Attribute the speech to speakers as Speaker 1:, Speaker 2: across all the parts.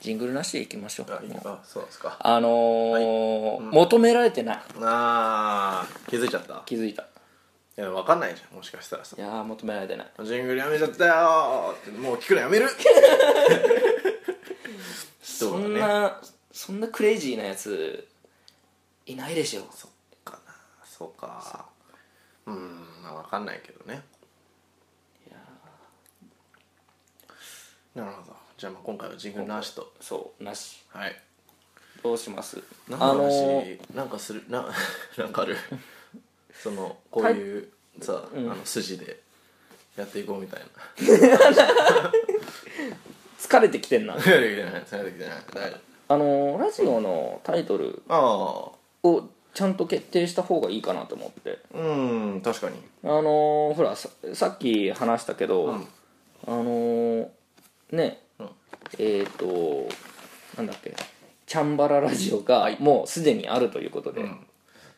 Speaker 1: ジングルなしでいきましょう
Speaker 2: あいい
Speaker 1: もう
Speaker 2: あそうなんですか
Speaker 1: あのー
Speaker 2: はいうん
Speaker 1: 求められてない
Speaker 2: あー気づいちゃった
Speaker 1: 気づいた
Speaker 2: いや分かんないじゃんもしかしたらさ
Speaker 1: いやー求められてない
Speaker 2: ジングルやめちゃったよーってもう聞くのや めるそ
Speaker 1: そんなそんなクレイジーなやついないでしょ
Speaker 2: そっかなそうかうーんまあ分かんないけどねなるほどじゃあまあ今回はジングルなしと
Speaker 1: そうなし
Speaker 2: はい
Speaker 1: どうします
Speaker 2: 何
Speaker 1: あ
Speaker 2: の
Speaker 1: の
Speaker 2: 話、
Speaker 1: ー
Speaker 2: なんかするな なんかあるそのこういうさ、あの筋でやっていこうみたいな
Speaker 1: 疲れてきてんな
Speaker 2: 疲れてきてない疲れてきてない大丈夫
Speaker 1: あのーラジオのタイトル
Speaker 2: あ
Speaker 1: をちゃんと決定した方がいいかなと思って
Speaker 2: あうん確かに
Speaker 1: あのーほらささっき話したけど、
Speaker 2: うん
Speaker 1: あのーね、
Speaker 2: うん
Speaker 1: えっ、となんだっけチャンバララジオがもうすでにあるということで、
Speaker 2: ん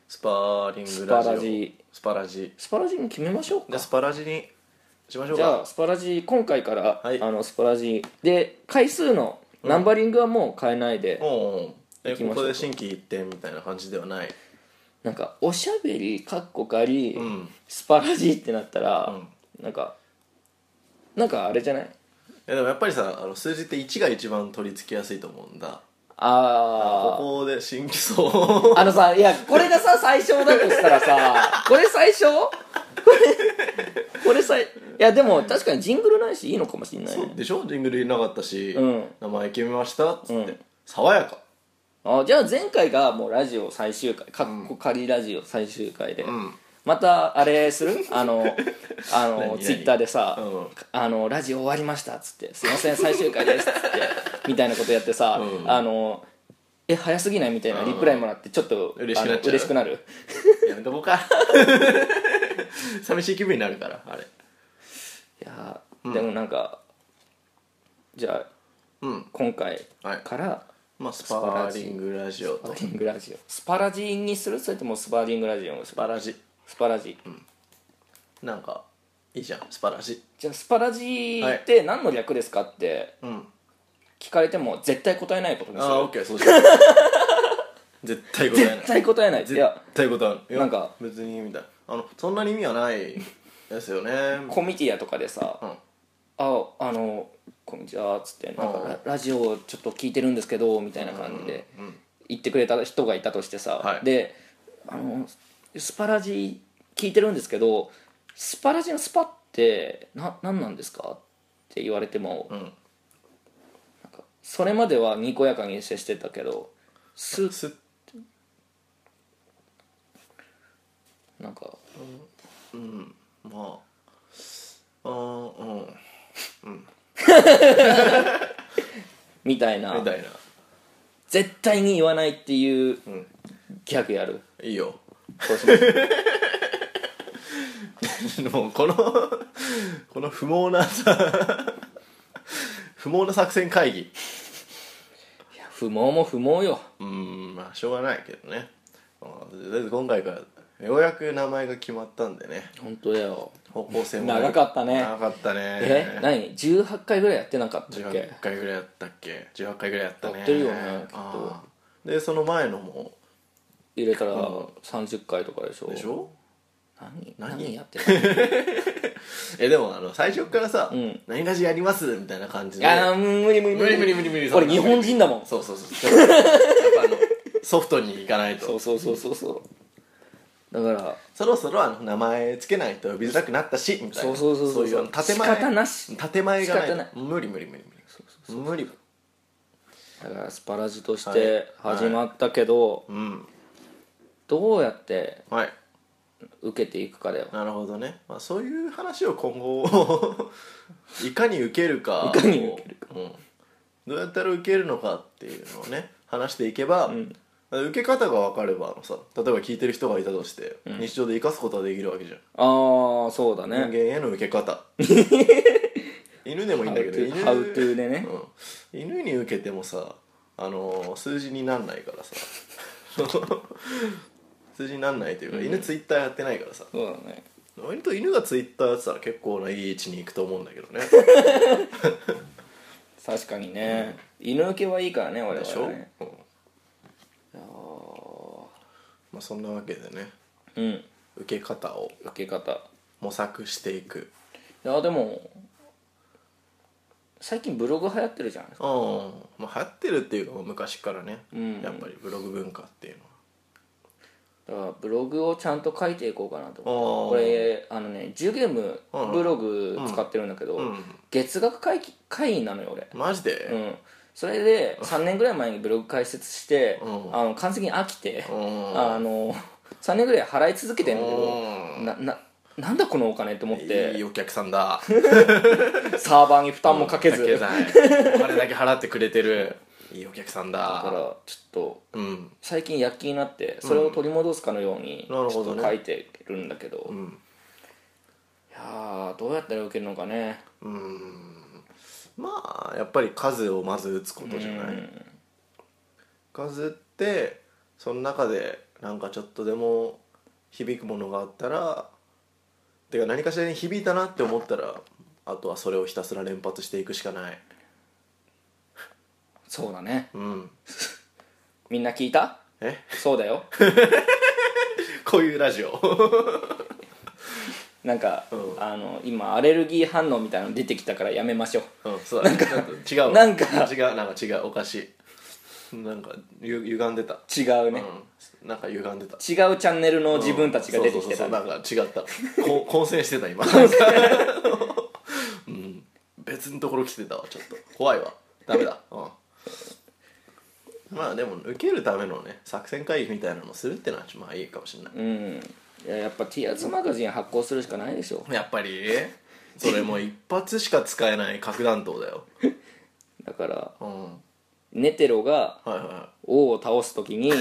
Speaker 2: スパーリング
Speaker 1: スパラジ
Speaker 2: スパラジ
Speaker 1: スパラジに決めましょう
Speaker 2: じゃあ
Speaker 1: か
Speaker 2: スパラジにしましょう
Speaker 1: じゃあ
Speaker 2: か
Speaker 1: スパラジ今回から、
Speaker 2: はい
Speaker 1: あのスパラジで回数のナンバリングはもう変えないで、
Speaker 2: うんうんえ
Speaker 1: 行きましょ
Speaker 2: こ
Speaker 1: う
Speaker 2: こで新規一点みたいな感じではない
Speaker 1: なんかおしゃべりかっこかり、
Speaker 2: うん
Speaker 1: スパラジってなったら
Speaker 2: う、ん
Speaker 1: なんかなんかあれじゃない
Speaker 2: えでもやっぱりさあの数字って1が一番取り付きやすいと思うんだこ
Speaker 1: あー
Speaker 2: こで新規層 を
Speaker 1: あのさいやこれがさ最初だとしたら さこれ最初これこれさいやでも確かにジングルないしいいのかもしんない
Speaker 2: そう
Speaker 1: ね
Speaker 2: でしょジングルいなかったし、
Speaker 1: うん
Speaker 2: 名前決めましたっつって、
Speaker 1: うん
Speaker 2: 爽やか
Speaker 1: あじゃあ前回がもうラジオ最終回かっこ仮ラジオ最終回で、
Speaker 2: うん
Speaker 1: またあれするあ のあ
Speaker 2: 何
Speaker 1: の
Speaker 2: 何
Speaker 1: ツイッターでさ、
Speaker 2: うん
Speaker 1: あの「ラジオ終わりました」っつって「すいません最終回です」っつって みたいなことやってさ、
Speaker 2: うん
Speaker 1: あのえ早すぎないみたいなリプライもらってちょっと、
Speaker 2: 嬉しくなっ
Speaker 1: あ
Speaker 2: ちゃう
Speaker 1: の嬉しくなる
Speaker 2: やめとこうか 寂しい気分になるからあれ
Speaker 1: いやー、でもなんかじゃあ
Speaker 2: うん
Speaker 1: 今回
Speaker 2: はい
Speaker 1: から
Speaker 2: まあスパーリングラジオ
Speaker 1: スパ
Speaker 2: と
Speaker 1: ーリングラジオスパラジーにするそれともスパーリングラジオにす
Speaker 2: ス
Speaker 1: る
Speaker 2: パラジ
Speaker 1: スパラジー、
Speaker 2: なんかいいじゃんスパラジ
Speaker 1: じゃあスパラジーって何の略ですかって
Speaker 2: うん
Speaker 1: 聞かれても絶対答えないことにす
Speaker 2: あ
Speaker 1: る
Speaker 2: あオッケーそうしよう 絶対答えない
Speaker 1: 絶対答えないいや
Speaker 2: 絶対答えないいや
Speaker 1: なんか
Speaker 2: 別にみたいなあのそんなに意味はないですよね
Speaker 1: コミティアとかでさ「
Speaker 2: うん
Speaker 1: ああのこんにちは」っつってなんか
Speaker 2: うん
Speaker 1: ラ「ラジオちょっと聞いてるんですけど」みたいな感じで
Speaker 2: うん
Speaker 1: 言ってくれた人がいたとしてさ、
Speaker 2: はい
Speaker 1: であの「スパラジ聞いてるんですけどスパラジのスパってな何なんですか?」って言われても、
Speaker 2: うん
Speaker 1: それまではにこやかに接してたけどス
Speaker 2: す
Speaker 1: なんか
Speaker 2: うんまああーうん
Speaker 1: みたいな
Speaker 2: みたいな
Speaker 1: 絶対に言わないっていう
Speaker 2: うん
Speaker 1: ギャグやる
Speaker 2: いいよ
Speaker 1: こうします
Speaker 2: もうこの この不毛なさ不毛な作戦会議
Speaker 1: いや不毛も不毛よ
Speaker 2: うーんまあしょうがないけどね、まあとりあえず今回からようやく名前が決まったんでね
Speaker 1: 本当だよ
Speaker 2: 方向性も
Speaker 1: 長かったね
Speaker 2: 長かったね
Speaker 1: え何18回ぐらいやってなかったっけ
Speaker 2: 18回ぐらいやったっけ18回ぐらいやったね
Speaker 1: やってるよねきっと
Speaker 2: あーでその前のも
Speaker 1: 入れたら30回とかでしょ
Speaker 2: でしょ
Speaker 1: 何
Speaker 2: 何
Speaker 1: 何やって る
Speaker 2: えでもあの最初からさ「
Speaker 1: ん
Speaker 2: 何ラジやります」みたいな感じ
Speaker 1: い
Speaker 2: で
Speaker 1: や無理無理
Speaker 2: 無理無理無理無理
Speaker 1: 俺日本人だもん
Speaker 2: そうそうそうやっぱやっぱあのソフトに行かないと
Speaker 1: そうそうそうそうそうだから
Speaker 2: そろそろあの名前つけないと呼びづらくなったしみたいな
Speaker 1: そうそうそうそう
Speaker 2: いうあの建前
Speaker 1: 仕方なし
Speaker 2: 建前がない
Speaker 1: 仕方ない
Speaker 2: 無理無理無理無理無理
Speaker 1: だからスパラジとして始まったけど、
Speaker 2: うん
Speaker 1: どうやって
Speaker 2: はい
Speaker 1: 受けていくかだよ
Speaker 2: なるほどね、まあ、そういう話を今後 いかに受けるか
Speaker 1: いかに受ける
Speaker 2: か、うん、どうやったら受けるのかっていうのをね話していけば、受け方が分かればあのさ例えば聞いてる人がいたとして、日常で生かすことはできるわけじゃん
Speaker 1: ああそうだ
Speaker 2: 人
Speaker 1: ね
Speaker 2: 間への受け 方犬でもいいんだけど
Speaker 1: How to-
Speaker 2: 犬
Speaker 1: How to でね
Speaker 2: うん、犬に受けてもさあのー数字になんない からさ 数字になんないというか、犬ツイッターやってないからさ
Speaker 1: そうだね
Speaker 2: 割 と犬がツイッターやってたら結構ないい位置に行くと思うんだけどね
Speaker 1: 確かにね、犬受けはいいからね我々
Speaker 2: でしょ、
Speaker 1: はね
Speaker 2: うん
Speaker 1: いや
Speaker 2: まあ、そんなわけでね
Speaker 1: ーうん
Speaker 2: 受け方を
Speaker 1: 受け方
Speaker 2: 模索していく
Speaker 1: いやでも最近ブログ流行ってるじゃないですか
Speaker 2: うん、まあ、流行ってるっていうかもう昔からね、
Speaker 1: うん
Speaker 2: やっぱりブログ文化っていう
Speaker 1: だからブログをちゃんと書いていこうかなと
Speaker 2: のは
Speaker 1: これあのね10ゲームブログ使ってるんだけど、
Speaker 2: うん
Speaker 1: 月額会期会員なのよ俺
Speaker 2: マジで、
Speaker 1: うんそれで3年ぐらい前にブログ開設して、
Speaker 2: うん
Speaker 1: あの完全に飽きて、
Speaker 2: うん
Speaker 1: あの3年ぐらい払い続けてんだけど、
Speaker 2: うん
Speaker 1: なななんだこのお金って思って
Speaker 2: いいお客さんだ
Speaker 1: サーバーに負担もかけず、
Speaker 2: け
Speaker 1: だか
Speaker 2: ないあれだけ払ってくれてるいいお客さん
Speaker 1: ら
Speaker 2: だ
Speaker 1: ちょっと
Speaker 2: うん
Speaker 1: 最近躍起になってそれを取り戻すかのようにち
Speaker 2: うんな
Speaker 1: ょ
Speaker 2: る
Speaker 1: っ
Speaker 2: ほど
Speaker 1: と
Speaker 2: ね
Speaker 1: 書いてるんだけど、
Speaker 2: うん
Speaker 1: いやーどうやったら受けるのかね
Speaker 2: うんまあやっぱり数をまず打つことじゃない、
Speaker 1: うん
Speaker 2: 数打ってその中でなんかちょっとでも響くものがあったらてか何かしらに響いたなって思ったらあとはそれをひたすら連発していくしかない
Speaker 1: そうだね
Speaker 2: うん
Speaker 1: みんな聞いた
Speaker 2: え
Speaker 1: そうだよ
Speaker 2: こういうラジオ
Speaker 1: なんか、
Speaker 2: うん
Speaker 1: あの今アレルギー反応みたいなの出てきたからやめましょう
Speaker 2: うんそうだねなんか違うわ
Speaker 1: なんか
Speaker 2: 違うなんか違うおかしいなんかゆ歪んでた
Speaker 1: 違うね、
Speaker 2: うん、なんか歪んでた
Speaker 1: 違うチャンネルの自分たちが出てきてた、
Speaker 2: うんそうそうそうなんか違ったこ 混戦してた今うん、別のところ来てたわちょっと怖いわダ メだ、うん、まあでも受けるためのね作戦会議みたいなのをするってのはまあいいかもしれない
Speaker 1: うんいややっぱ T アーツマガジン発行するしかないでしょ
Speaker 2: やっぱりそれも一発しか使えない核弾頭だよ、
Speaker 1: だから
Speaker 2: うん、はい
Speaker 1: ネテロが
Speaker 2: は
Speaker 1: 王を倒す時 に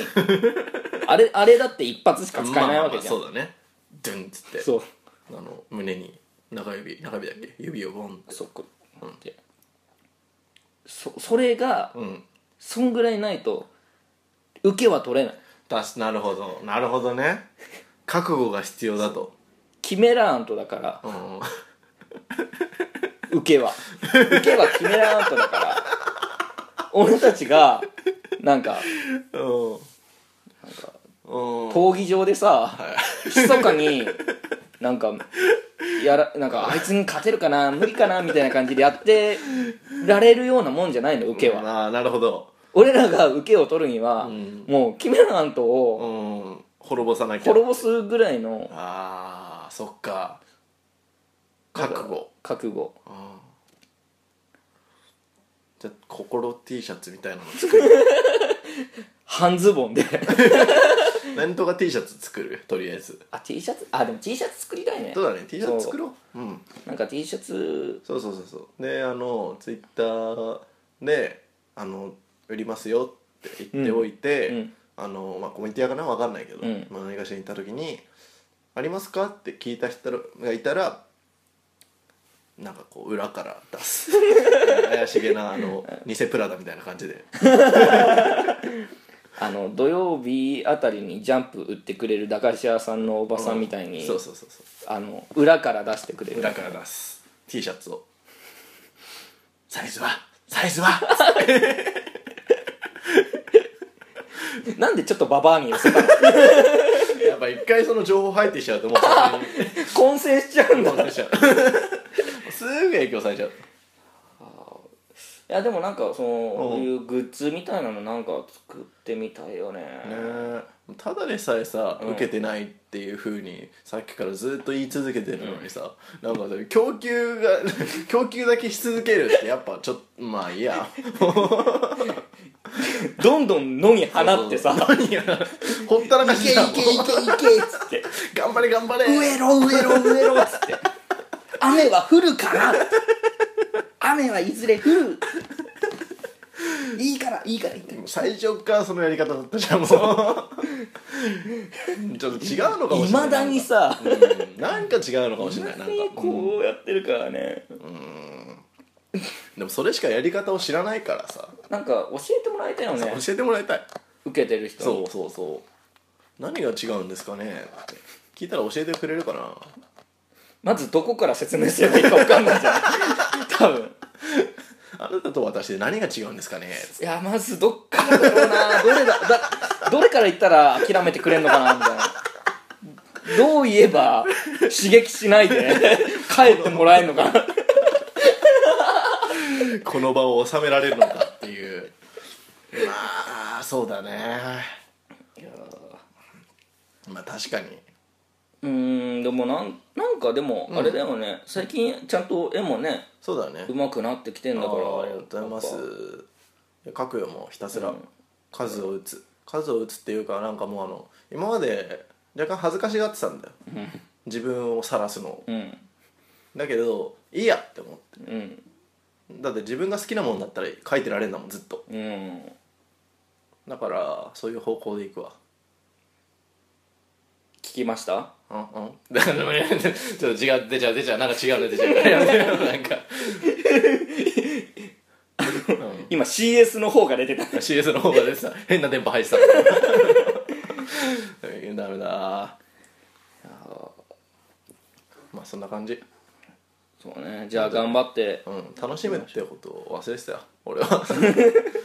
Speaker 1: あれあれだって一発し
Speaker 2: い
Speaker 1: か使えないわ
Speaker 2: まあまあま
Speaker 1: け
Speaker 2: あ
Speaker 1: じゃん、
Speaker 2: そうだねドゥンっつって
Speaker 1: そう
Speaker 2: あの胸に中指中指だっけ指をボンって
Speaker 1: そこって、そそれが
Speaker 2: うん
Speaker 1: そんぐらいないと受けは取れない
Speaker 2: だしなるほどなるほどね覚悟が必要だと
Speaker 1: 決めらんとだから
Speaker 2: うん
Speaker 1: 受けは受けは決めらんとだから俺たちがなんか
Speaker 2: うんうん
Speaker 1: 闘技場でさ、密かになんかやらなんかあいつに勝てるかな無理かなみたいな感じでやってられるようなもんじゃないの受けは、
Speaker 2: ああなるほど
Speaker 1: 俺らが受けを取るには、もう決めらんと
Speaker 2: う
Speaker 1: を
Speaker 2: ん滅ぼさなきゃ
Speaker 1: 滅ぼすぐらいの
Speaker 2: ああそっか覚悟
Speaker 1: 覚悟
Speaker 2: じゃあ心 T シャツみたいなの 作る
Speaker 1: 半ズボンで
Speaker 2: なんとか T シャツ作るとりあえず
Speaker 1: あ T シャツあでも T シャツ作りたいね
Speaker 2: そうだね T シャツ作ろううん
Speaker 1: なんか T シャツ
Speaker 2: そうそうそうそうであのツイッターであの売りますよって言っておいて、
Speaker 1: うんうん
Speaker 2: あのまあ、コミュニティアかな分かんないけど、
Speaker 1: うん
Speaker 2: まあ、何かしらに行った時に「ありますか?」って聞いた人がいたらなんかこう裏から出す 怪しげなあの偽プラダみたいな感じで
Speaker 1: あの土曜日あたりにジャンプ売ってくれる駄菓子屋さんのおばさんみたいに、
Speaker 2: そうそうそうそ
Speaker 1: あの裏から出してくれ
Speaker 2: う
Speaker 1: る
Speaker 2: 裏から出す T シャツをサイズはサイズは
Speaker 1: なんでちょっとババアに寄せ たの
Speaker 2: やっぱ一回その情報入ってきちゃうともうそこに
Speaker 1: 混戦しちゃうんだい
Speaker 2: 影響されちゃう すぐ影響されちゃう
Speaker 1: やでもなんかその、
Speaker 2: うん
Speaker 1: いうグッズみたいなのなんか作ってみたいよね
Speaker 2: ねただでさえさ受けてないっていうふうにさっきからずっと言い続けてるのにさ、なんか供給が 供給だけし続けるってやっぱちょっとまあいいや
Speaker 1: どんどん野に放ってさ 「
Speaker 2: 何やほったらか
Speaker 1: い
Speaker 2: し
Speaker 1: けいけ
Speaker 2: じゃん
Speaker 1: いけいけ」っつって
Speaker 2: 頑張れ頑張れ
Speaker 1: 「植えろ植えろ植えろ」っつって「雨は降るから」 雨はいずれ降るいいからいいからいいから
Speaker 2: 最初からそのやり方だったじゃんも うちょっと違うのかもしれない
Speaker 1: いまだにさ
Speaker 2: なんか,、うん、なんか違うのかもしれないなんか
Speaker 1: こうやってるからね
Speaker 2: でもそれしかやり方を知らないからさ
Speaker 1: なんか教えてもらいたいよね
Speaker 2: 教えてもらいたい
Speaker 1: 受けてる人に
Speaker 2: そうそうそう何が違うんですかねって聞いたら教えてくれるかな
Speaker 1: まずどこから説明すればいいか分かんないじゃん多分
Speaker 2: あなたと私で何が違うんですかね
Speaker 1: いやまずどっからだろうなどれだだどれから言ったら諦めてくれんのかなみたいなどう言えば刺激しないで帰ってもらえんのかな
Speaker 2: この場を収められるのかっていうまあそうだねまあ確かに
Speaker 1: うーんでもなんなんかでもあれだよね、最近ちゃんと絵もね
Speaker 2: そうだね
Speaker 1: 上手くなってきてんだから
Speaker 2: あーありがとうございますいや書くよもうひたすら
Speaker 1: うん
Speaker 2: 数を打つ、数を打つっていうかなんかもうあの今まで若干恥ずかしがってたんだよ自分を晒すのを
Speaker 1: うん
Speaker 2: だけどいいやって思って
Speaker 1: うん
Speaker 2: だって自分が好きなもんだったら書いてられるんだもんずっと
Speaker 1: うん
Speaker 2: だからそういう方向でいくわ
Speaker 1: 聞きました
Speaker 2: うんうん だからねちょっと違う出ちゃう出ちゃうなんか違うね出ちゃうやめ ろなんか
Speaker 1: 今 CS の方が出てた
Speaker 2: CS の方が出てた変な電波入ってた うんダメだまあそんな感じ
Speaker 1: そうねじゃあ頑張って
Speaker 2: うん楽しむってことを忘れてたよ俺は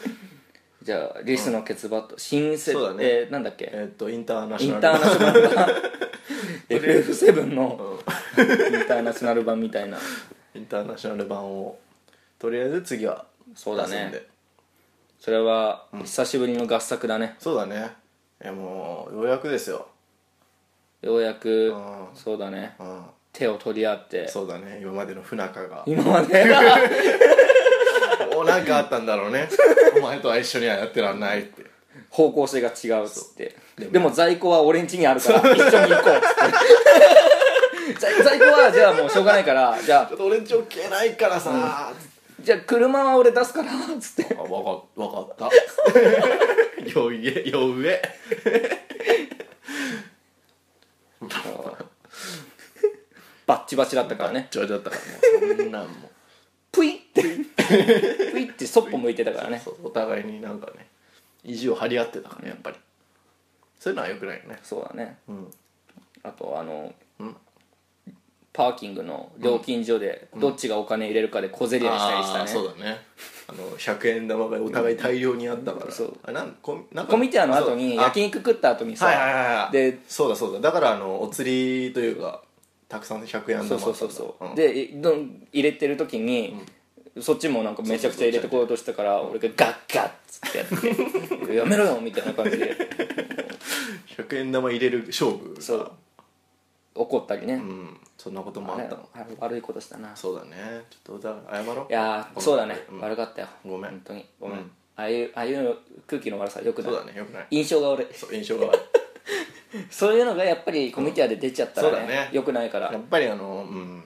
Speaker 1: じゃあリスのケツバット新設
Speaker 2: そうだね
Speaker 1: えーなんだっけ
Speaker 2: えっとインターナシ
Speaker 1: イ
Speaker 2: ョナル
Speaker 1: ンターナショナル 版 FF7 の
Speaker 2: う
Speaker 1: インターナショナル版みたいなん
Speaker 2: インターナショナル版をとりあえず次は
Speaker 1: そうだね
Speaker 2: 遊んで
Speaker 1: それは久しぶりの合作だね、
Speaker 2: そうだねいやもうようやくですよ
Speaker 1: ようやく
Speaker 2: うん
Speaker 1: そうだね
Speaker 2: うん
Speaker 1: 手を取り合って
Speaker 2: そうだね今までの不仲が
Speaker 1: 今まで
Speaker 2: おなんかあったんだろう ねお前とは一緒にはやってらんないって
Speaker 1: 方向性が違うっつって
Speaker 2: で
Speaker 1: で
Speaker 2: も
Speaker 1: も在庫は俺ん家にあるから一緒に行こうっつって在在庫はじゃあもうしょうがないからじゃ
Speaker 2: ちょっと俺んち置けないからさ、
Speaker 1: あじゃあ車は俺出すからっつって
Speaker 2: あわかわかった ようえよう え
Speaker 1: バッチバチだったからね
Speaker 2: ちょいだったからもうそんなんも
Speaker 1: プイってプイってそっぽ向いてたからね
Speaker 2: そうお互いになんかね意地を張り合ってたからやっぱりそういうのはよくないよね
Speaker 1: そうだね
Speaker 2: うん
Speaker 1: あとあの、
Speaker 2: うん
Speaker 1: パーキングの料金所でどっちがお金入れるかで小競り合いしたりした
Speaker 2: あー
Speaker 1: ね、
Speaker 2: そうだねあの100円玉がお互い大量にあったから、
Speaker 1: そう
Speaker 2: あなんコなんか
Speaker 1: コミティアの後に
Speaker 2: あ
Speaker 1: 焼肉食った後にさ、
Speaker 2: はいはいはいはい
Speaker 1: で
Speaker 2: そうだそうだだからあのお釣りというかたくさん100円
Speaker 1: そうそ
Speaker 2: 玉
Speaker 1: うそうそ
Speaker 2: あったんだ
Speaker 1: う、
Speaker 2: ん
Speaker 1: でいどん入れてる時に、そっちもなんかめちゃくちゃ入れてこようとしたから俺がガッガッつってやって やめろよみたいな感じ で
Speaker 2: 100円玉入れる勝負
Speaker 1: そう怒ったりね、
Speaker 2: うんそんなことも
Speaker 1: あ
Speaker 2: あ
Speaker 1: れ
Speaker 2: ったの
Speaker 1: あれ悪いことしたな
Speaker 2: そうだねちょっとお互い謝ろう
Speaker 1: いやー
Speaker 2: ごめん
Speaker 1: そうだね、
Speaker 2: ん
Speaker 1: 悪かったよ
Speaker 2: ごめん
Speaker 1: 本当にごめん、
Speaker 2: うん
Speaker 1: ああいうああいう空気の悪さよくな
Speaker 2: そ
Speaker 1: いう
Speaker 2: だねよくない
Speaker 1: 印象が悪い
Speaker 2: そう印象が悪い
Speaker 1: そういうのがやっぱりコミュニティアで出ちゃったら、ね
Speaker 2: うんそうだね
Speaker 1: よくないから
Speaker 2: やっぱりあのうん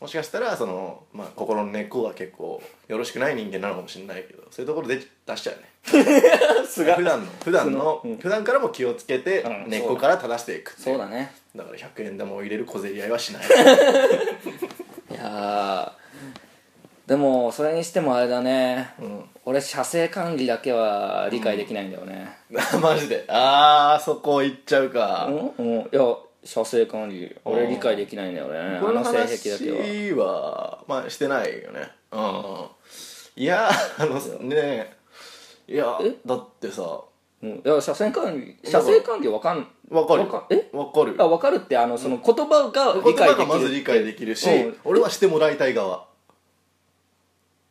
Speaker 2: もしかしたらその、まあ、心の根っこが結構よろしくない人間なのかもしれないけどそういうところで出しちゃうね
Speaker 1: すが
Speaker 2: 普段の普段の、普段からも気をつけて、
Speaker 1: うん
Speaker 2: 根っこから正していく
Speaker 1: そうだね
Speaker 2: だから100円玉を入れる小競り合いはしない
Speaker 1: いやーでもそれにしてもあれだね、
Speaker 2: ん
Speaker 1: 俺車制管理だけは理解できないんだよね
Speaker 2: マジでああそこ行っちゃうか、
Speaker 1: うん、うん、いや車制管理俺理解できないんだよね
Speaker 2: こ
Speaker 1: あ
Speaker 2: の
Speaker 1: の性癖だけは
Speaker 2: 話はまあしてないよねうんいやあのねいやだってさ
Speaker 1: うん、いや車線管理車制管理わかん
Speaker 2: わかる
Speaker 1: わかえ
Speaker 2: わかる
Speaker 1: あ分かるってあのその言葉が理
Speaker 2: 言
Speaker 1: 解で
Speaker 2: 葉
Speaker 1: き
Speaker 2: が
Speaker 1: る
Speaker 2: まず理解できるし、
Speaker 1: うん
Speaker 2: 俺はしてもらいたい側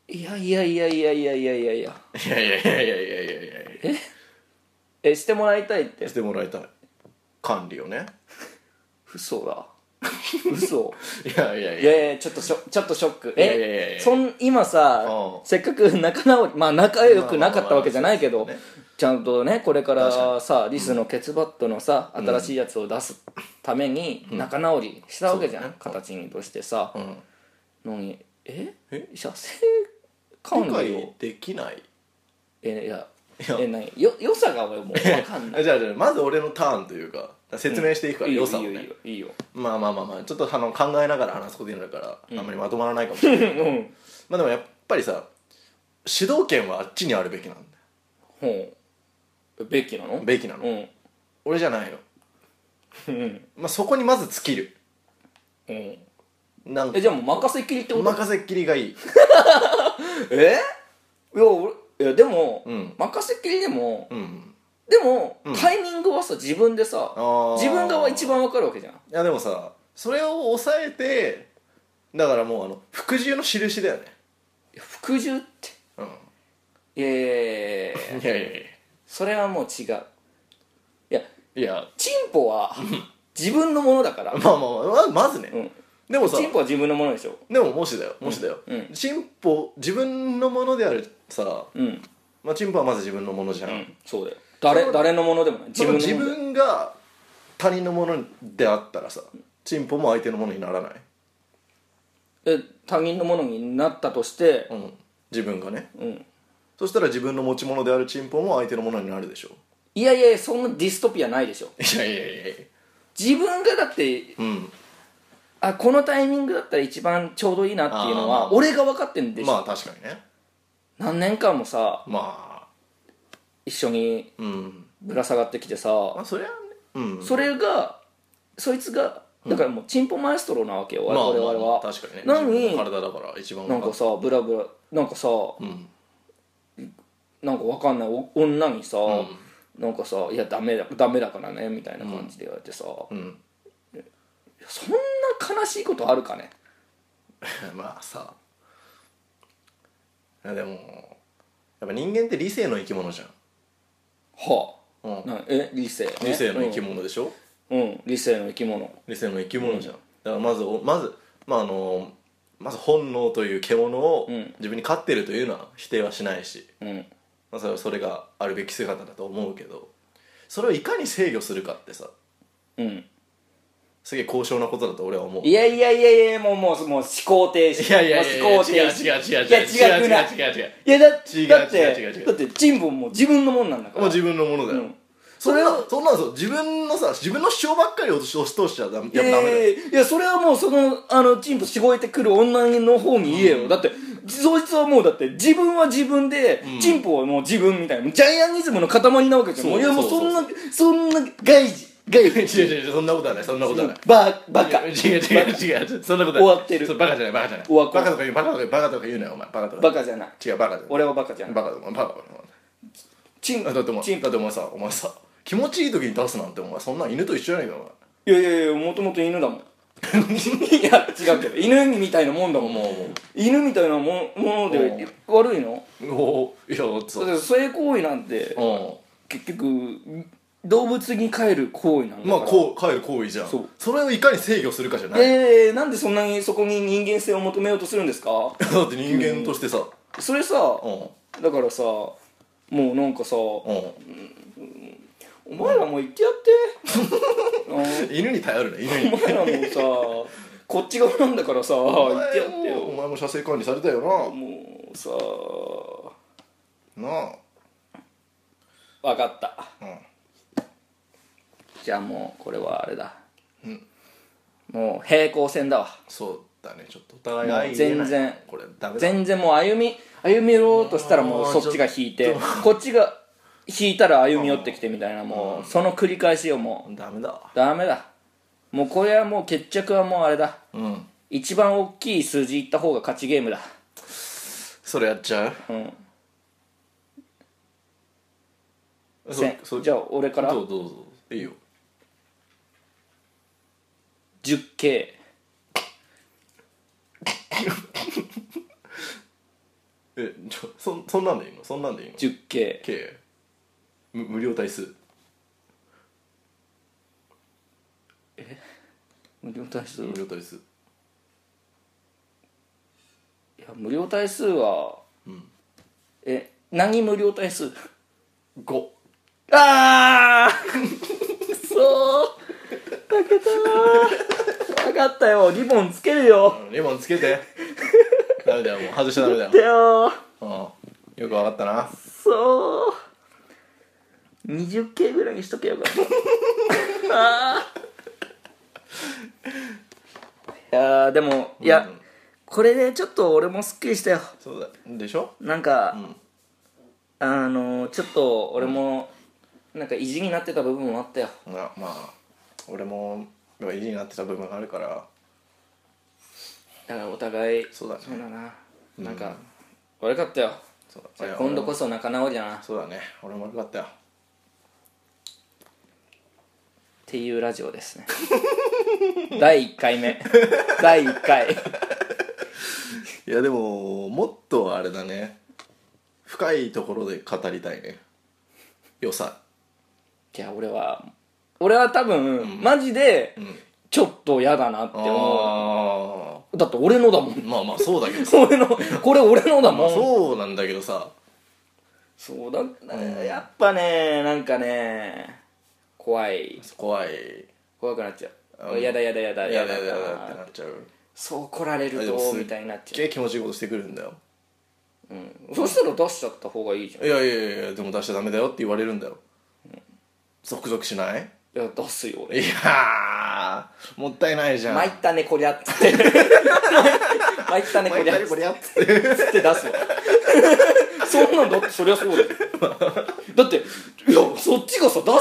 Speaker 1: いやいやいやいやいやいやいやいや
Speaker 2: いやいやいやいやいやいやいや
Speaker 1: えしてもらいたいって
Speaker 2: してもらいたい管理をね
Speaker 1: 嘘だ嘘
Speaker 2: いやいやい
Speaker 1: い
Speaker 2: や
Speaker 1: やいやちょっとシ ョちょっとショック
Speaker 2: いやいやいやい
Speaker 1: え
Speaker 2: や
Speaker 1: そん今さ
Speaker 2: うん
Speaker 1: せっかく仲直りま あ仲良くなかったわけじゃないけ
Speaker 2: まあ
Speaker 1: ど
Speaker 2: まあまあ
Speaker 1: ちゃんとねこれか
Speaker 2: 確から
Speaker 1: さリスのケツバットのさ新しいやつを出すために仲直りしたわけじゃ
Speaker 2: そうんだね
Speaker 1: 形にとしてさ
Speaker 2: うん
Speaker 1: のにえ
Speaker 2: え
Speaker 1: 射精管
Speaker 2: 理
Speaker 1: 理を
Speaker 2: 解できない
Speaker 1: えいや
Speaker 2: や
Speaker 1: え何よ良さが俺もう分かんな
Speaker 2: じ
Speaker 1: い
Speaker 2: ゃあじゃあまず俺のターンというか説明していくから、
Speaker 1: いいよ
Speaker 2: 良さをね
Speaker 1: いいよいいよ
Speaker 2: まあまあまあまあちょっとあの考えながら話すことになるから、あんまりまとまらないかもしれない
Speaker 1: いいようん
Speaker 2: まあでもやっぱりさ主導権はあっちにあるべきなんだよ
Speaker 1: ほうべきなの
Speaker 2: べきなの、
Speaker 1: うん
Speaker 2: 俺じゃないの、
Speaker 1: うん
Speaker 2: まあ、そこにまず尽きる
Speaker 1: うん
Speaker 2: なんか
Speaker 1: えじゃあもう任せっきりってこと
Speaker 2: 任せっきりがいい
Speaker 1: えいや俺いやでも、
Speaker 2: うん
Speaker 1: 任せっきりでも、
Speaker 2: うん
Speaker 1: でも、
Speaker 2: うん
Speaker 1: タイミングはさ自分でさ
Speaker 2: ー
Speaker 1: 自分側一番わかるわけじゃん
Speaker 2: いやでもさそれを抑えてだからもうあの服従の印だよね
Speaker 1: 服従って
Speaker 2: うん
Speaker 1: いやいやいやいや
Speaker 2: いやいやい
Speaker 1: それはもう違ういや
Speaker 2: やいや
Speaker 1: チンポは自分のものだから、
Speaker 2: まあまあまあままずね、
Speaker 1: うん、
Speaker 2: でもさ
Speaker 1: チンポは自分のものでしょ
Speaker 2: でももしだよもしだよ、
Speaker 1: うん
Speaker 2: チンポ自分のものであるさ、
Speaker 1: うん、
Speaker 2: まあ、チンポはまず自分のものじゃ、
Speaker 1: うんん、そうだよ誰誰のものでもない
Speaker 2: そ
Speaker 1: 自
Speaker 2: の
Speaker 1: 分
Speaker 2: 自
Speaker 1: のものだよ
Speaker 2: 分が他人のものであったらさチンポも相手のものにならない、
Speaker 1: え他人のものになったとして
Speaker 2: う、ん、自分がね
Speaker 1: うん、
Speaker 2: そしたら自分の持ち物であるチンポも相手のものになるでしょ
Speaker 1: いやいやそんなディストピアないでしょ
Speaker 2: いやいやいやいや
Speaker 1: 自分がだって
Speaker 2: うん
Speaker 1: あこのタイミングだったら一番ちょうどいいなっていうの
Speaker 2: あ
Speaker 1: は
Speaker 2: ー
Speaker 1: 俺が分かってんでしょ、
Speaker 2: まあ確かにね
Speaker 1: 何年間もさ
Speaker 2: まあ
Speaker 1: 一緒に
Speaker 2: うん
Speaker 1: ぶら下がってきてさ、
Speaker 2: まあそれはねうん
Speaker 1: それがそいつがだからもうチンポマエストロなわけよ、
Speaker 2: まあ
Speaker 1: 我々は、
Speaker 2: まあ確かにね
Speaker 1: なのに
Speaker 2: 自分の体だから一番
Speaker 1: なんかさブラブラなんかさ
Speaker 2: うん
Speaker 1: なんかわかんないお女にさ、
Speaker 2: ん
Speaker 1: なんかさ「いやダメだダメだからね」みたいな感じで言われてさ、
Speaker 2: うん
Speaker 1: そんな悲しいことあるかね
Speaker 2: まあさいやでもやっぱ人間って理性の生き物じゃん、
Speaker 1: は
Speaker 2: うん
Speaker 1: あなえ理性、ね、
Speaker 2: 理性の生き物でしょ、
Speaker 1: うん、うん理性の生き物
Speaker 2: 理性の生き物じゃん、だからまずおまず、まあ、あのまず本能という獣を
Speaker 1: うん
Speaker 2: 自分に飼ってるというのは否定はしないし、
Speaker 1: うん
Speaker 2: まあ、それはそれがあるべき姿だと思うけどそれをいかに制御するかってさ
Speaker 1: うん
Speaker 2: すげえ高尚なことだと俺は思う
Speaker 1: いやいやいやいやもうもうもう思考停止
Speaker 2: いやいやいや
Speaker 1: もう思考停止
Speaker 2: 違う違う違う違う
Speaker 1: いや違くない
Speaker 2: 違う違う違う
Speaker 1: いやだ
Speaker 2: 違う
Speaker 1: だって
Speaker 2: 違う違う違う
Speaker 1: だってチンポも自分のもんなんだか
Speaker 2: もう
Speaker 1: ら
Speaker 2: 自分のものだよ、
Speaker 1: うん
Speaker 2: それはそんなのさ自分のさ自分の主張ばっかり押し押し通しちゃダメやっぱダメだよ、
Speaker 1: えーいやそれはもうそのあのチンポしごいてくる女の方に言えよ、
Speaker 2: うん
Speaker 1: だってそいつはもうだって自分は自分で、
Speaker 2: うん
Speaker 1: チンポはもう自分みたいなジャイアニズムの塊なわけじゃん
Speaker 2: そう
Speaker 1: もういやもう
Speaker 2: そ
Speaker 1: そ
Speaker 2: うんそ
Speaker 1: なそんな外事外
Speaker 2: 違う
Speaker 1: 事
Speaker 2: 違う違うそんなことはないそんなことはない
Speaker 1: ババカ
Speaker 2: 違う違う違う違うそんなことない
Speaker 1: 終わってる
Speaker 2: そうバカじゃないバカじゃない
Speaker 1: 終わっ
Speaker 2: バカとか言うバカとか言うバカとか言うなよお前バカとか
Speaker 1: バカじゃない
Speaker 2: 違うバカじゃない
Speaker 1: 俺はバカじゃない
Speaker 2: バカだお前バカだ
Speaker 1: チン
Speaker 2: お前だってお
Speaker 1: チ
Speaker 2: 前
Speaker 1: ン
Speaker 2: だってお前さお前さ気持ちいい時に出すなんてお前そんなん犬と一緒やないかお
Speaker 1: いやいやいやもともと犬だもん いや違うけど犬みたいなもんだもん
Speaker 2: 前も
Speaker 1: 犬みたいなもんもので悪いの
Speaker 2: うもういやだってさ
Speaker 1: だって性行為なんて
Speaker 2: う
Speaker 1: 結局動物に帰る行為なんだ
Speaker 2: ん
Speaker 1: か
Speaker 2: ま
Speaker 1: ら
Speaker 2: あこう帰る行為じゃん
Speaker 1: そう
Speaker 2: それをいかに制御するかじゃないだ
Speaker 1: えー、なんでそんなにそこに人間性を求めようとするんですか
Speaker 2: って人間としてさ
Speaker 1: それさ
Speaker 2: うん
Speaker 1: だからさもうなんかさお
Speaker 2: うん
Speaker 1: 前らもう言ってやって
Speaker 2: 犬に頼るね
Speaker 1: う
Speaker 2: 犬に
Speaker 1: んお前らもうさこっち側なんだからさ言ってやって
Speaker 2: お
Speaker 1: よ
Speaker 2: 前も射精管理されたよ
Speaker 1: もうさ
Speaker 2: ななあ
Speaker 1: 分かった
Speaker 2: うん
Speaker 1: じゃあもうこれはあれだ
Speaker 2: うん
Speaker 1: もう平行線だわ
Speaker 2: そうだねちょっとお互い
Speaker 1: もう
Speaker 2: 相入れな
Speaker 1: 全
Speaker 2: い
Speaker 1: 然
Speaker 2: これダメだ
Speaker 1: 全然もう歩み歩み寄ろうとしたらもうそっちが引いて こっちが引いたら歩み寄ってきてみたいなもうその繰り返しよもう
Speaker 2: ダメだわ
Speaker 1: ダメだもうこれはもう決着はもうあれだ
Speaker 2: うん
Speaker 1: 一番大きい数字いった方が勝ちゲームだ
Speaker 2: それやっちゃう
Speaker 1: うん
Speaker 2: そ
Speaker 1: せ
Speaker 2: そ
Speaker 1: んじゃあ俺から
Speaker 2: どうぞどうぞいいよ
Speaker 1: 10K
Speaker 2: えちょそんそんなんでいいのそんなんでいいの
Speaker 1: 10K
Speaker 2: K 無無料対数
Speaker 1: 無料対数い
Speaker 2: 無料対数
Speaker 1: や無料対数は、
Speaker 2: ん
Speaker 1: え何無料対数
Speaker 2: 5
Speaker 1: ああく そー負けたー分かったよリボンつけるよ
Speaker 2: レモンつけて ダメだよもう外しちゃダメだよ
Speaker 1: だよー
Speaker 2: うんよくわかったな
Speaker 1: そう 20K ぐらいにしとけよ かったあーいやーでもいや、
Speaker 2: うん
Speaker 1: これでちょっと俺もすっきりしたよ
Speaker 2: そうだでしょ
Speaker 1: なんか、
Speaker 2: ん
Speaker 1: あのーちょっと俺も、なんか意地になってた部分もあったよ
Speaker 2: まあまあ俺もやっぱ意地になってた部分があるから
Speaker 1: だからお互い
Speaker 2: そうだね
Speaker 1: そうだな、なんか悪かったよ
Speaker 2: そう
Speaker 1: じゃあ今度こ
Speaker 2: そ
Speaker 1: そ仲直りだなっ
Speaker 2: そうだね俺も悪かったよ
Speaker 1: ていうラジオですね 第1回 目第1回
Speaker 2: いやでももっとあれだね深いところで語りたいね良さ
Speaker 1: いや俺は俺は多分、マジで、ちょっと嫌だなって思
Speaker 2: あ
Speaker 1: うだって俺のだもん
Speaker 2: あまあまあそうだけどさ
Speaker 1: 俺のこれ俺のだ
Speaker 2: ま
Speaker 1: も
Speaker 2: あ
Speaker 1: ん
Speaker 2: そうなんだけどさ
Speaker 1: そうだからやっぱねなんかね怖い
Speaker 2: 怖い
Speaker 1: 怖くなっちゃ
Speaker 2: う
Speaker 1: うんやだやだやだ
Speaker 2: やだ
Speaker 1: や
Speaker 2: や
Speaker 1: だ
Speaker 2: だ
Speaker 1: や
Speaker 2: やだって
Speaker 1: だ
Speaker 2: なっちゃう
Speaker 1: そう来られる
Speaker 2: あでも
Speaker 1: と
Speaker 2: すっ
Speaker 1: みたいになっ
Speaker 2: すっ
Speaker 1: ち
Speaker 2: げ
Speaker 1: ゃ
Speaker 2: え気持ちいいことしてくるんだよ
Speaker 1: う、うん、そしたら出しちゃった方がいいじゃん
Speaker 2: いやいやいやでも出しちゃダメだよって言われるんだよゾクゾクしない
Speaker 1: いや出すよ
Speaker 2: い
Speaker 1: 俺
Speaker 2: やーもったいないじゃん
Speaker 1: 参ったねこりゃっつって参ったねこ
Speaker 2: 毎
Speaker 1: りゃっ
Speaker 2: 回これやっつって
Speaker 1: つって出すわ そんなんだってそりゃそうだよだっていやそっちがさ出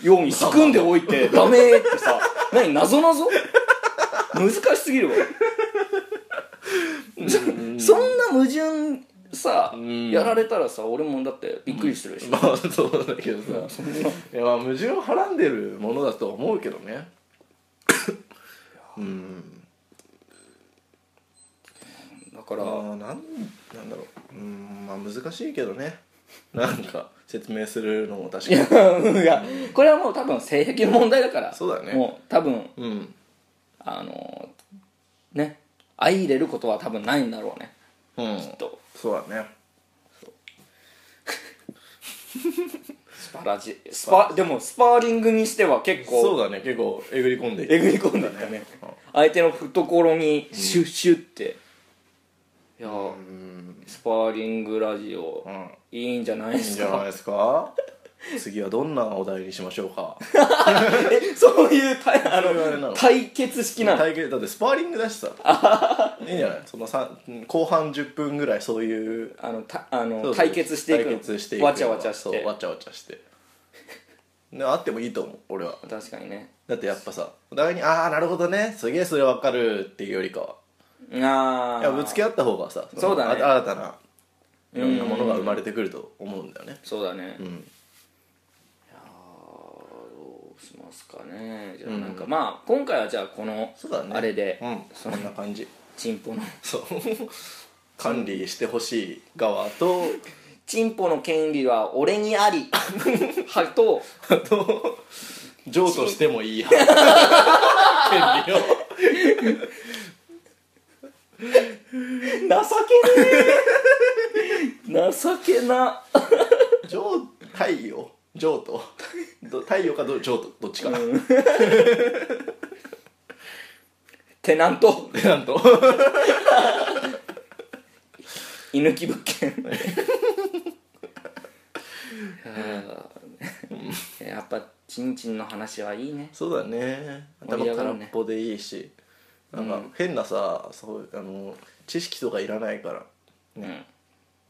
Speaker 1: すように仕組んでおい てダメってさ何謎謎難しすぎるわそそんな矛盾さ
Speaker 2: ん
Speaker 1: やられたらさ俺もだってびっくりするでしょ、
Speaker 2: まあ そうだけどさいやまあ矛盾をはらんでるものだと思うけどねうん
Speaker 1: だか
Speaker 2: ま
Speaker 1: ら、
Speaker 2: あなんなんだろううんまあ難しいけどねなんか説明するのも確か
Speaker 1: い
Speaker 2: に
Speaker 1: やいやこれはもう多分性癖の問題だから
Speaker 2: そうだね
Speaker 1: もう多分
Speaker 2: うん
Speaker 1: あのね相入れることは多分ないんだろうね
Speaker 2: うん
Speaker 1: きっと
Speaker 2: そうだね
Speaker 1: スパラジスパでもスパーリングにしては結
Speaker 2: そう
Speaker 1: 構
Speaker 2: だね結構えぐり込んでいく
Speaker 1: えぐり込んだったね
Speaker 2: うん
Speaker 1: 相手の懐にシュッシュッって、いやー
Speaker 2: うん
Speaker 1: スパーリングラジオ、
Speaker 2: うん
Speaker 1: いいんじゃないで
Speaker 2: いいん
Speaker 1: す
Speaker 2: じゃない
Speaker 1: か
Speaker 2: ですか次はどんなお題にしましょうか
Speaker 1: え そういうたあ
Speaker 2: そういう あれな
Speaker 1: の
Speaker 2: の
Speaker 1: 対決式なの
Speaker 2: 体型だってスパーリングだしさ いいんじゃないそのさ後半10分ぐらいそういう
Speaker 1: あのたあの
Speaker 2: そうそう
Speaker 1: 対決していくの
Speaker 2: 対決していく
Speaker 1: わちゃわちゃし
Speaker 2: そう
Speaker 1: て
Speaker 2: わちゃわちゃして であってもいいと思う俺は
Speaker 1: 確かにね
Speaker 2: だってやっぱさお互いに「ああなるほどねすげえそれわかる」っていうよりかは
Speaker 1: ああ
Speaker 2: いやぶつけ合った方がさの
Speaker 1: そうだね
Speaker 2: あ新たないろんなものが生まれてくると思うんだよね
Speaker 1: そうだね、
Speaker 2: う
Speaker 1: い
Speaker 2: ん
Speaker 1: やーどうしますかねじゃあなんか、まあ今回はじゃあこの
Speaker 2: そうだね
Speaker 1: あれで、
Speaker 2: うん
Speaker 1: そ
Speaker 2: そ
Speaker 1: の
Speaker 2: んな感じ
Speaker 1: チンポの
Speaker 2: そう管理してほしい側と
Speaker 1: チンポの権利は俺にあ りはと
Speaker 2: あと譲渡してもいい 派権利を
Speaker 1: 情けねえ情けな
Speaker 2: 上太陽上とど太陽かど上とどっちかな、
Speaker 1: テナント
Speaker 2: でなんと
Speaker 1: 居抜き物件あーやっぱチンチンの話はいいね
Speaker 2: そうだね
Speaker 1: 盛り上が
Speaker 2: 頭空
Speaker 1: る
Speaker 2: っ
Speaker 1: ね
Speaker 2: ぽでいいしなんか変なさ、そうあの知識とかいらないから
Speaker 1: うん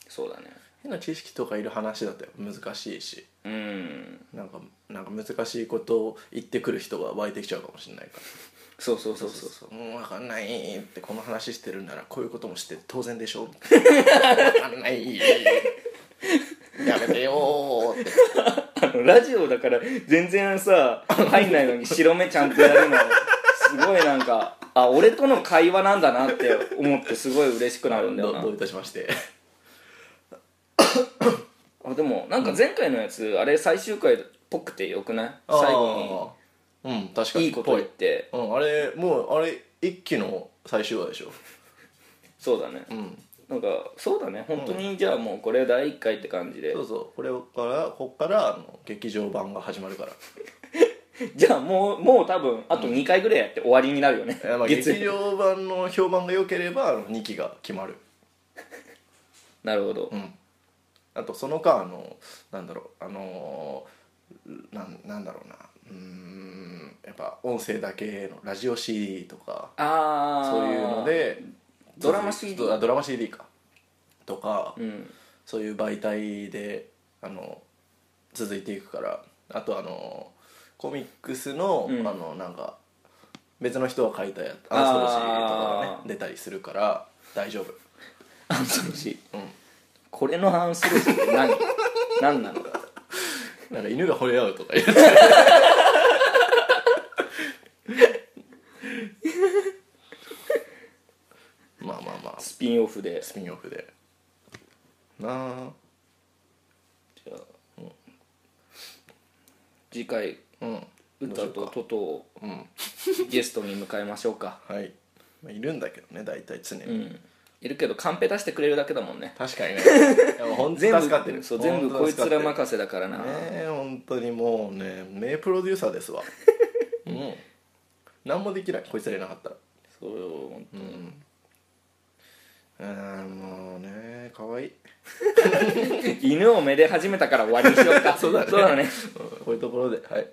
Speaker 1: そうだね
Speaker 2: 変な知識とかいる話だと難しいし
Speaker 1: うん
Speaker 2: なんかなんか難しいことを言ってくる人が湧いてきちゃうかもしれないから
Speaker 1: そうそうそうそう
Speaker 2: そうもう分かんないってこの話してるならこういうこともして当然でしょ分かんないやめてよーっ
Speaker 1: あ
Speaker 2: て
Speaker 1: の ラジオだから全然さ入んないのに白目ちゃんとやるのすごいなんかあ俺との会話なんだなって思ってすごい嬉しくなるんだよ
Speaker 2: ど
Speaker 1: な
Speaker 2: どういたしまして
Speaker 1: あでもなんか前回のやつ、あれ最終回っぽくてよくない最後
Speaker 2: にうん確か
Speaker 1: に
Speaker 2: に
Speaker 1: いいこと言っ
Speaker 2: ぽ
Speaker 1: て
Speaker 2: うんあれもうあれ一期の最終話でしょ
Speaker 1: そうだね
Speaker 2: うん
Speaker 1: なんかそうだね本当にじゃあもうこれ第1回って感じで、
Speaker 2: そうそうこれからこっからあの劇場版が始まるから
Speaker 1: じゃあもうもう多分あと2回ぐらいやって終わりになるよね、
Speaker 2: いやまあ
Speaker 1: 月
Speaker 2: 劇場版の評判が良ければあの2期が決まる
Speaker 1: なるほど、
Speaker 2: うん、あとその間あのなんだろうあのーなんなんだろうなうーんやっぱ音声だけのラジオ CD とか
Speaker 1: ああ
Speaker 2: そういうので
Speaker 1: ドラマ CD
Speaker 2: あドラマ CD かとか、
Speaker 1: うん
Speaker 2: そういう媒体であの続いていくからあとあのコミックスの,、
Speaker 1: うん
Speaker 2: あのなんか別の人が書いたやつアンソロジーとかが
Speaker 1: あ
Speaker 2: ね
Speaker 1: ー
Speaker 2: 出たりするから大丈夫
Speaker 1: あそうし
Speaker 2: うん
Speaker 1: これの反するって何何なの
Speaker 2: なんか犬が惚れ合うとか 言ってまあまあまあ
Speaker 1: スピンオフで
Speaker 2: スピンオフでなあ
Speaker 1: じゃあ次回
Speaker 2: うん
Speaker 1: 歌とトトを
Speaker 2: うん
Speaker 1: ゲストに迎えましょうか
Speaker 2: はい、まあ、いるんだけどね大体常に、
Speaker 1: うんいるけどカンペ出してくれるだけだもんね
Speaker 2: 確 かにねでも本当
Speaker 1: 全部
Speaker 2: 助かってる
Speaker 1: そう全部こいつら任せだからな、
Speaker 2: ねえ本当にもうね名プロデューサーです わうん何もできないこいつらいなかったら
Speaker 1: そうよ本当に、
Speaker 2: うーんもうね可愛い
Speaker 1: 犬をめで始めたから終わりにしようかそう
Speaker 2: だね
Speaker 1: ね
Speaker 2: うんこういうところではい